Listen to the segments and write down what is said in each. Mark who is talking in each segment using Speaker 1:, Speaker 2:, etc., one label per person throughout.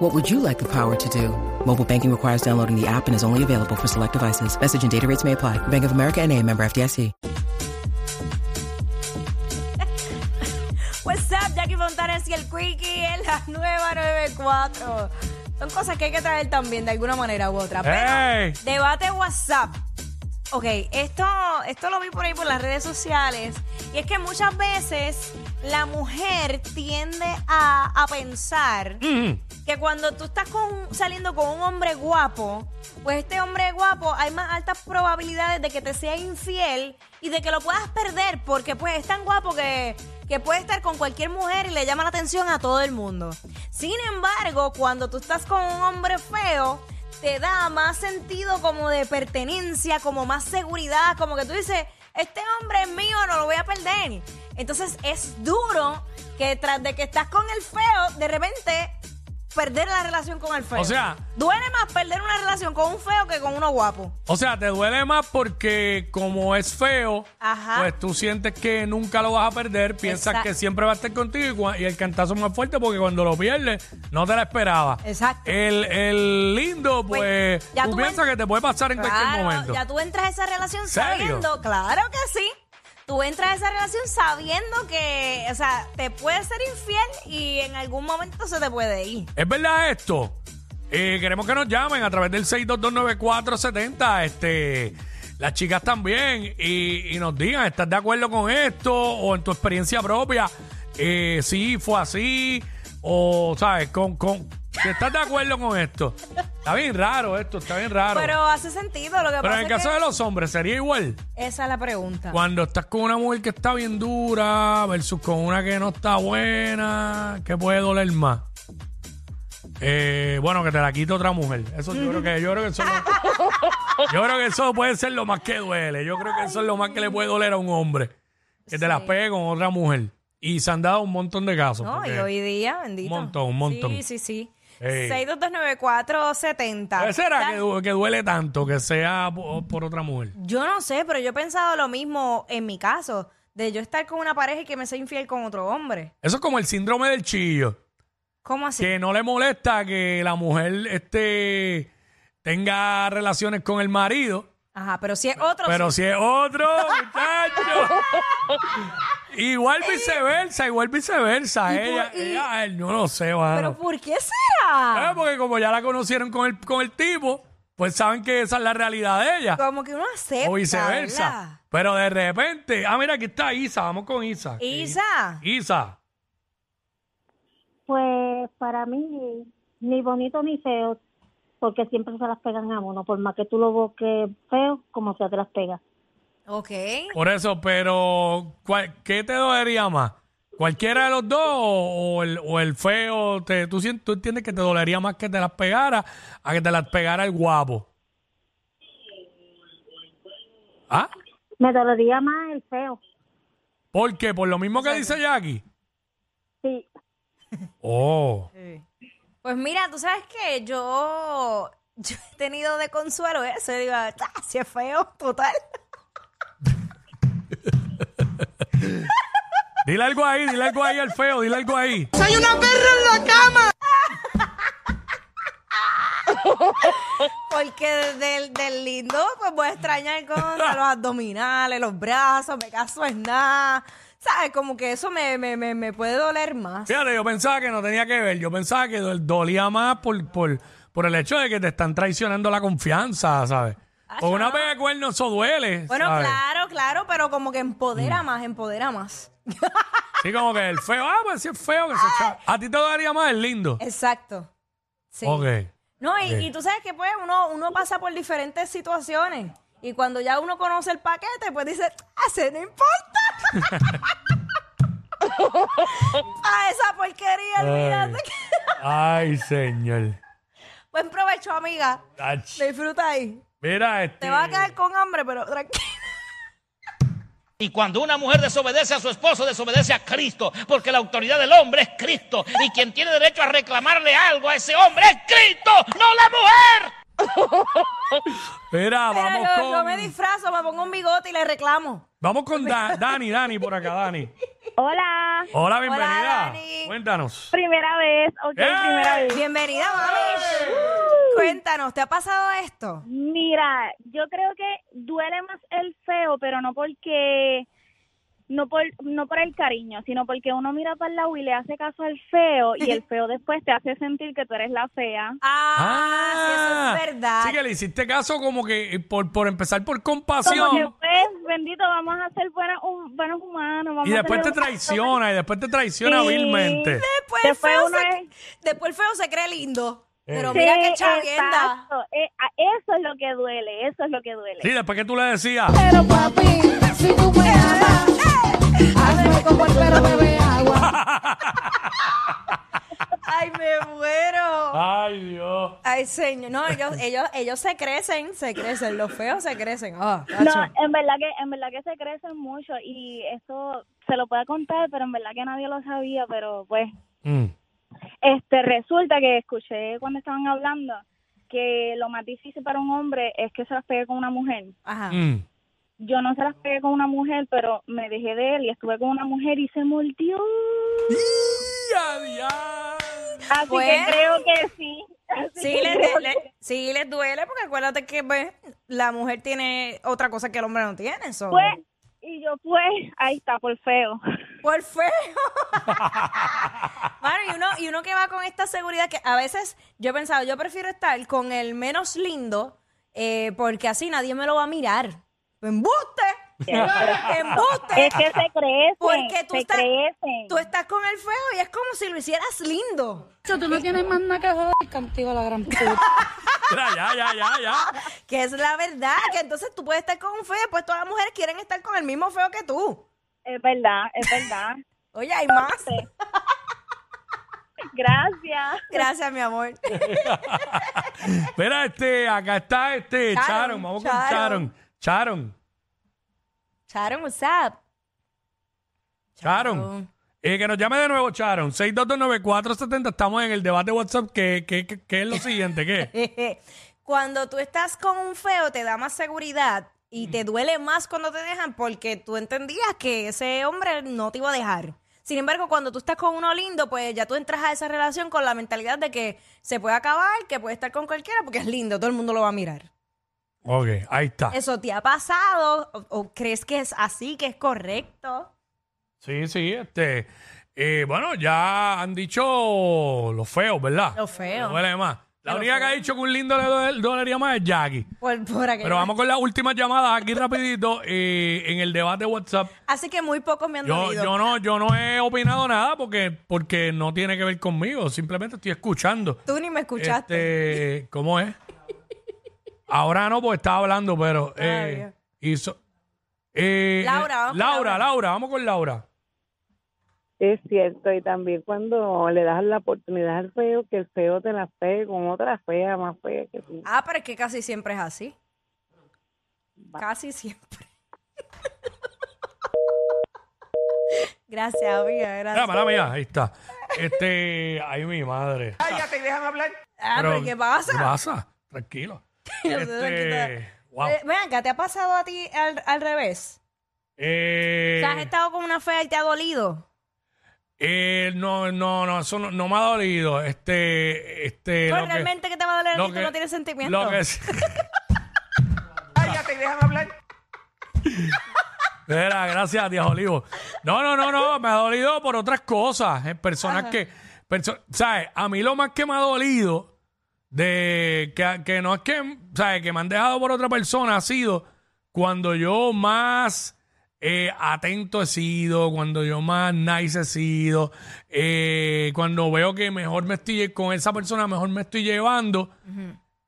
Speaker 1: What would you like the power to do? Mobile banking requires downloading the app and is only available for select devices. Message and data rates may apply. Bank of America and a member FDIC.
Speaker 2: What's up, Jackie Fontanes y el Quickie en la nueva 94. Son cosas que hay que traer también de alguna manera u otra. Pero
Speaker 3: ¡Ey!
Speaker 2: debate WhatsApp. Ok, esto, esto lo vi por ahí por las redes sociales. Y es que muchas veces la mujer tiende a, a pensar que cuando tú estás con- saliendo con un hombre guapo, pues este hombre guapo hay más altas probabilidades de que te sea infiel y de que lo puedas perder porque pues es tan guapo que, que puede estar con cualquier mujer y le llama la atención a todo el mundo. Sin embargo, cuando tú estás con un hombre feo, te da más sentido como de pertenencia, como más seguridad, como que tú dices, este hombre es mío, no lo voy a perder. Entonces es duro que tras de que estás con el feo, de repente perder la relación con el feo.
Speaker 3: O sea-
Speaker 2: duele más perder una relación con un feo que con uno guapo.
Speaker 3: O sea, te duele más porque como es feo,
Speaker 2: Ajá.
Speaker 3: pues tú sientes que nunca lo vas a perder, piensas
Speaker 2: Exacto.
Speaker 3: que siempre va a estar contigo y cua- y, el cantazo es más fuerte porque cuando lo pierdes no te la esperaba.
Speaker 2: Exacto.
Speaker 3: El, el lindo, pues,
Speaker 2: ya
Speaker 3: tú,
Speaker 2: tú
Speaker 3: piensas
Speaker 2: ven-
Speaker 3: que te puede pasar en cualquier
Speaker 2: Claro,
Speaker 3: momento.
Speaker 2: Ya tú entras a esa relación
Speaker 3: ¿Serio?
Speaker 2: sabiendo, claro que sí. Tú entras a esa relación sabiendo que, o sea, te puede ser infiel y en algún momento se te puede ir.
Speaker 3: ¿Es verdad esto? Eh, queremos que nos llamen a través del 6229470. Este, las chicas también. Y, y nos digan, ¿estás de acuerdo con esto? O en tu experiencia propia, eh, sí, fue así. O, ¿sabes? Con, con, si ¿Estás de acuerdo con esto? Está bien raro esto, está bien raro. Pero,
Speaker 2: Pero hace sentido lo que pasa.
Speaker 3: en el
Speaker 2: es
Speaker 3: caso
Speaker 2: que-
Speaker 3: de los hombres, ¿sería igual?
Speaker 2: Esa es la pregunta.
Speaker 3: Cuando estás con una mujer que está bien dura versus con una que no está buena, ¿qué puede doler más? Eh, bueno, que te la quite otra mujer. Eso yo creo que yo creo que eso no- yo creo que eso puede ser lo más que duele. Yo creo que eso es lo más que le puede doler a un hombre que te la pegue con otra mujer. Y se han dado un montón de casos.
Speaker 2: No,
Speaker 3: porque
Speaker 2: y hoy día, bendito.
Speaker 3: Un montón, un montón.
Speaker 2: Sí, sí, sí.
Speaker 3: Ey.
Speaker 2: 6229470.
Speaker 3: ¿Qué será
Speaker 2: Ya-
Speaker 3: que, du- que duele tanto que sea por, por otra mujer?
Speaker 2: Yo no sé, pero yo he pensado lo mismo en mi caso, de yo estar con una pareja y que me soy infiel con otro hombre.
Speaker 3: Eso es como el síndrome del chillo.
Speaker 2: ¿Cómo así?
Speaker 3: que no le molesta que la mujer este tenga relaciones con el marido,
Speaker 2: Ajá, pero si es otro.
Speaker 3: pero si es otro muchacho. igual viceversa, igual viceversa. ella, ella, él, yo no sé,
Speaker 2: ¿Pero
Speaker 3: mano.
Speaker 2: por qué será?
Speaker 3: Eh, porque como ya la conocieron con el, con el tipo, pues saben que esa es la realidad de ella.
Speaker 2: Como que uno acepta.
Speaker 3: O viceversa.
Speaker 2: ¿verdad?
Speaker 3: Pero de repente, ah, mira, aquí está Isa, vamos con Isa.
Speaker 2: Isa.
Speaker 3: Isa.
Speaker 4: Pues para mí, ni bonito ni feo, porque siempre se las pegan a uno, por más que tú lo busques feo, como sea te las pegas.
Speaker 2: Ok.
Speaker 3: Por eso, pero ¿cuál- ¿qué te dolería más? ¿Cualquiera de los dos o, o el, o el feo? Te, ¿tú, sien- tú entiendes que te dolería más que te las pegara a que te las pegara el guapo? ¿Ah?
Speaker 4: Me dolería más el feo.
Speaker 3: ¿Por qué? ¿Por lo mismo que dice Jackie?
Speaker 4: Sí,
Speaker 3: Oh,
Speaker 2: Pues mira, tú sabes que yo, yo he tenido de consuelo eso. y Digo, ah, si es feo, total.
Speaker 3: dile algo ahí, dile algo ahí al feo, dile algo ahí.
Speaker 2: Porque del, del lindo, pues voy a extrañar con los abdominales, los brazos, me caso en nada. ¿Sabes? Como que eso me, me, me, me puede doler más.
Speaker 3: Fíjate, yo pensaba que no tenía que ver, yo pensaba que do- dolía más por, por, por el hecho de que te están traicionando la confianza, ¿sabes? Con una pega de cuerno eso duele.
Speaker 2: Bueno,
Speaker 3: ¿sabes?
Speaker 2: claro, claro, pero como que
Speaker 3: Mm.
Speaker 2: empodera más, empodera más.
Speaker 3: Sí, como que el feo. Ah, pues sí es feo que se echa. A ti te daría más el lindo.
Speaker 2: Exacto. Eh, Sí.
Speaker 3: Ok.
Speaker 2: No, y,
Speaker 3: Ok.
Speaker 2: y tú sabes que pues uno, uno pasa por diferentes situaciones. Y cuando ya uno conoce el paquete, pues dice, ah, se no importa. a esa porquería, olvídate.
Speaker 3: Ay, señor.
Speaker 2: Buen provecho, amiga.
Speaker 3: Ach.
Speaker 2: Disfruta ahí.
Speaker 3: Mira este.
Speaker 2: Te vas a quedar con hambre, pero tranquila.
Speaker 5: Y cuando una mujer desobedece a su esposo, desobedece a Cristo, porque la autoridad del hombre es Cristo. Y quien tiene derecho a reclamarle algo a ese hombre es Cristo, no la mujer.
Speaker 2: Mira,
Speaker 3: Mira, Ah, vamos
Speaker 2: yo,
Speaker 3: con.
Speaker 2: yo me disfrazo, me pongo un bigote y le reclamo.
Speaker 3: Vamos con Da- Dani, Dani, por acá, Dani.
Speaker 6: Hola,
Speaker 3: Hola, bienvenida.
Speaker 2: Dani.
Speaker 3: Cuéntanos.
Speaker 6: primera vez, ok,
Speaker 3: ¡Eh!
Speaker 6: primera vez.
Speaker 2: Bienvenida, mami. Cuéntanos, ¿te ha pasado esto?
Speaker 6: Mira, yo creo que duele más el feo, pero no porque no por no por el cariño, sino porque uno mira para el lado y le hace caso al feo y el feo después te hace sentir que tú eres la fea.
Speaker 2: Ah, sí, eso es verdad.
Speaker 3: Ah. Sí, que le hiciste caso como que eh, por, por empezar por
Speaker 6: Como que
Speaker 3: compasión.
Speaker 6: pues, bendito, vamos a ser buenos, hum- buenos humanos. Vamos
Speaker 3: Y
Speaker 6: a
Speaker 3: después te
Speaker 6: hacerle-
Speaker 3: traiciona, y después te traiciona
Speaker 6: Sí.
Speaker 3: vilmente.
Speaker 2: Después, el
Speaker 6: Después
Speaker 2: feo
Speaker 6: uno
Speaker 2: se, después el feo se cree lindo. Pero mira
Speaker 6: Sí,
Speaker 2: qué chavienda.
Speaker 6: exacto. Eh, a- Eso es lo que duele, eso es lo que duele.
Speaker 3: Sí, después que tú le decías.
Speaker 7: Pero papi, si tú me amas, Pues, hazme como el perro bebe agua.
Speaker 2: Ay, me muero.
Speaker 3: Ay, Dios.
Speaker 2: Ay, señor. No, ellos, ellos, ellos se crecen, se crecen. Los feos se crecen. Ah,
Speaker 6: No,
Speaker 2: tacho.
Speaker 6: en verdad que en verdad que se crecen mucho y eso se lo puedo contar, pero en verdad que nadie lo sabía, pero pues
Speaker 3: Mm.
Speaker 6: este resulta que escuché cuando estaban hablando que lo más difícil para un hombre es que se las pegue con una mujer.
Speaker 2: Ajá.
Speaker 3: Mm.
Speaker 6: Yo no se las pegué con una mujer, pero me dejé de él y estuve con una mujer y se mordió.
Speaker 3: Y adiós.
Speaker 6: Así
Speaker 2: Pues-
Speaker 6: que creo que sí. Así
Speaker 2: Sí
Speaker 6: que
Speaker 2: les,
Speaker 6: creo
Speaker 2: le- sí, les duele porque acuérdate que pues, la mujer tiene otra cosa que el hombre no tiene. so.
Speaker 6: Pues, y yo pues, ahí está, por feo.
Speaker 2: Por feo. Mano, y uno, y uno que va con esta seguridad que a veces yo he pensado, yo prefiero estar con el menos lindo eh, porque así nadie me lo va a mirar. ¡Embuste! ¡Embuste!
Speaker 6: Es que se crecen,
Speaker 2: Porque tú
Speaker 6: se
Speaker 2: estás,
Speaker 6: crecen.
Speaker 2: tú estás con el feo y es como si lo hicieras lindo.
Speaker 7: Eso tú no tienes más nada que joder contigo, la gran puta.
Speaker 3: Mira, ya, ya, ya, ya.
Speaker 2: Que es la verdad, que entonces tú puedes estar con un feo y después todas las mujeres quieren estar con el mismo feo que tú.
Speaker 6: Es verdad, es verdad.
Speaker 2: Oye, hay más.
Speaker 6: Gracias.
Speaker 2: Gracias, mi amor.
Speaker 3: Mira, este, acá está este,
Speaker 2: Charon,
Speaker 3: Charon. Vamos con
Speaker 2: Charon.
Speaker 3: Charon. Charon.
Speaker 2: Sharon, what's up?
Speaker 3: Charon. Eh, que nos llame de nuevo, Charon. 6229470. Estamos en el debate de WhatsApp. que que- que- que es lo siguiente? ¿Qué?
Speaker 2: cuando tú estás con un feo te da más seguridad y
Speaker 3: Mm.
Speaker 2: te duele más cuando te dejan porque tú entendías que ese hombre no te iba a dejar. Sin embargo, cuando tú estás con uno lindo, pues ya tú entras a esa relación con la mentalidad de que se puede acabar, que puede estar con cualquiera porque es lindo, todo el mundo lo va a mirar.
Speaker 3: Ok, ahí está.
Speaker 2: ¿Eso te ha pasado? ¿O, o crees que es así, que es correcto?
Speaker 3: Sí, sí, este. eh, bueno, ya han dicho los feos, ¿verdad?
Speaker 2: Los feos.
Speaker 3: Que Duele más. La única que ha dicho que un lindo le duele- dolería más es Jackie.
Speaker 2: Por, por aquello.
Speaker 3: Pero vamos con las últimas llamadas aquí rapidito eh, en el debate de WhatsApp.
Speaker 2: Así que muy pocos me han
Speaker 3: Yo,
Speaker 2: dolido.
Speaker 3: yo no, yo no he opinado nada porque, porque no tiene que ver conmigo. Simplemente estoy escuchando.
Speaker 2: Tú ni me escuchaste.
Speaker 3: Este, ¿Cómo es? Ahora no, porque estaba hablando, pero. eh, hizo, eh,
Speaker 2: Ah, Laura, vamos con
Speaker 3: Laura,
Speaker 2: Laura.
Speaker 3: Laura, vamos con Laura.
Speaker 8: Es cierto, y también cuando le das la oportunidad al feo, que el feo te la pegue con otra fea, más fea que tú.
Speaker 2: Ah, pero es que casi siempre es así. Casi siempre. gracias, amiga,
Speaker 3: Mira,
Speaker 2: gracias.
Speaker 3: mira, mira, ahí está. Este, ay, mi madre.
Speaker 2: ah, pero, ¿qué pasa?
Speaker 3: ¿Qué pasa? Tranquilo. este, wow.
Speaker 2: Eh, ven acá, ¿te ha pasado a ti al, al revés?
Speaker 3: Eh,
Speaker 2: O sea, has estado con una fea y te ha dolido.
Speaker 3: eh, no, no, no, eso no, no me ha dolido. Este, este.
Speaker 2: Pues
Speaker 3: lo que-
Speaker 2: realmente que, te va a doler a
Speaker 3: lo
Speaker 2: ti, tú
Speaker 3: que-
Speaker 2: no tienes sentimiento.
Speaker 3: Lo que es. Mira, gracias, tía Olivo. No, no, no, no, me ha dolido por otras cosas. eh, personas que. perso- ¿Sabes? A mí lo más que me ha dolido de que, que no es que, ¿sabes? Que me han dejado por otra persona ha sido cuando yo más eh, atento he sido, cuando yo más nice he sido, eh, cuando veo que mejor me estoy lle- con esa persona, mejor me estoy llevando.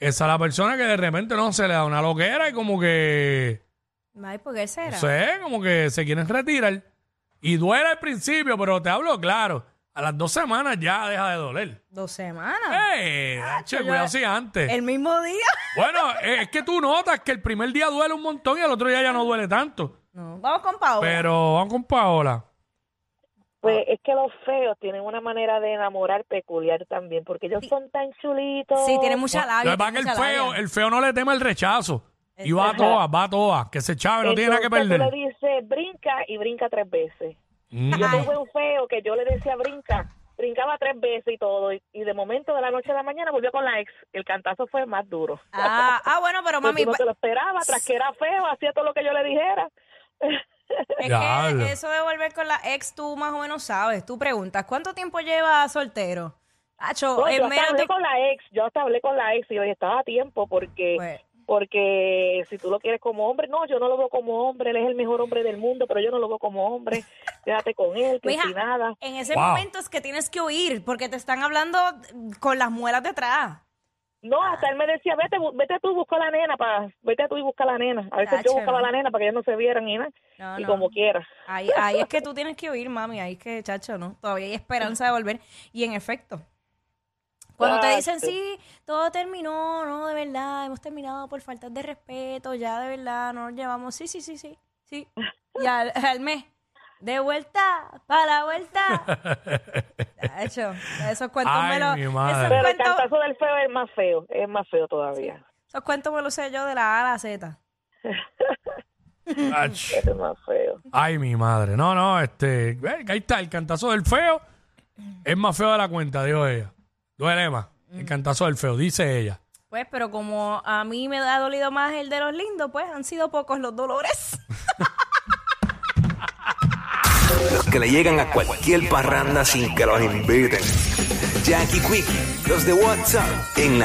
Speaker 3: Esa es la persona que de repente no se le da una loquera y como que.
Speaker 2: Ay, ¿por qué será?
Speaker 3: No sé, como que se quieren retirar. Y duele al principio, pero te hablo claro. A las dos semanas ya deja de doler.
Speaker 2: Dos semanas.
Speaker 3: ¡Ey! Che, cuidado si antes. eh,
Speaker 2: El mismo día.
Speaker 3: Bueno, eh, es que tú notas que el primer día duele un montón y al otro día ya no duele tanto.
Speaker 2: No, vamos con Paola.
Speaker 3: Pero vamos con Paola.
Speaker 8: Pues es que los feos tienen una manera de enamorar peculiar también, porque ellos son tan chulitos.
Speaker 2: sí, tiene mucha
Speaker 3: Lo
Speaker 2: labia.
Speaker 3: que pasa
Speaker 2: tiene
Speaker 3: es que el
Speaker 2: mucha labia.
Speaker 3: feo, el feo no le teme el rechazo. Y va a toa, va a toa. Que se chave, no tiene nada que
Speaker 8: Entonces,
Speaker 3: perder.
Speaker 8: Tú le dices brinca y brinca tres veces.
Speaker 3: Mm.
Speaker 8: Yo tuve un feo que yo le decía brinca, brincaba tres veces y todo, y, y de momento de la noche a la mañana volvió con la ex. El cantazo fue más duro.
Speaker 2: Ah, ah, bueno, pero
Speaker 8: Porque
Speaker 2: mami,
Speaker 8: no se lo esperaba, tras que era feo, hacía todo lo que yo le dijera.
Speaker 2: es
Speaker 3: Diablo.
Speaker 2: que eso de volver con la ex, tú más o menos sabes. Tú preguntas, ¿cuánto tiempo lleva soltero? Hacho,
Speaker 8: No,
Speaker 2: en
Speaker 8: yo hasta
Speaker 2: menos
Speaker 8: hablé
Speaker 2: de-
Speaker 8: con la ex, yo hasta hablé con la ex y yo dije, estaba a tiempo porque...
Speaker 2: Pues,
Speaker 8: Porque si tú lo quieres como hombre, no, yo no lo veo como hombre, él es el mejor hombre del mundo, pero yo no lo veo como hombre, quédate con él, que
Speaker 2: mija,
Speaker 8: si nada.
Speaker 2: en ese
Speaker 3: Wow.
Speaker 2: momento es que tienes que huir porque te están hablando con las muelas detrás.
Speaker 8: No, hasta él me decía, vete, bu- vete tú y busca a la nena, pa, vete tú y busca a la nena. A veces
Speaker 2: Ah,
Speaker 8: yo
Speaker 2: chévere.
Speaker 8: buscaba a la nena para que ellos no se vieran y nada,
Speaker 2: No,
Speaker 8: y
Speaker 2: no.
Speaker 8: como quiera.
Speaker 2: Ahí, ahí es que tú tienes que huir, mami. Ahí es que, chacho, ¿no? Todavía hay esperanza de volver. Y en efecto, cuando te dicen,
Speaker 8: Exacto.
Speaker 2: sí, todo terminó, no, de verdad, hemos terminado por faltas de respeto, ya de verdad, no nos llevamos, sí, sí, sí, sí, sí. Y al, al mes, de vuelta, para la
Speaker 3: Mm.
Speaker 2: vuelta. Chacho, esos cuentos
Speaker 3: Ay,
Speaker 2: me los...
Speaker 3: mi madre.
Speaker 2: Esos
Speaker 8: Pero el
Speaker 2: cuentos,
Speaker 8: cantazo del feo es más feo, es más feo todavía.
Speaker 2: esos cuentos me los sé yo de la A a la Z.
Speaker 3: Ach.
Speaker 8: Es más feo.
Speaker 3: Ay, mi madre. No, no, este. eh, Ahí está, el cantazo del feo es más feo de la cuenta, dijo ella. Duele más. El cantazo del feo, dice ella.
Speaker 2: Pues, pero como a mí me ha dolido más el de los lindos, pues han sido pocos los dolores.
Speaker 9: Los que le llegan a cualquier parranda sin que los inviten. Jackie Quickie, los de WhatsApp en la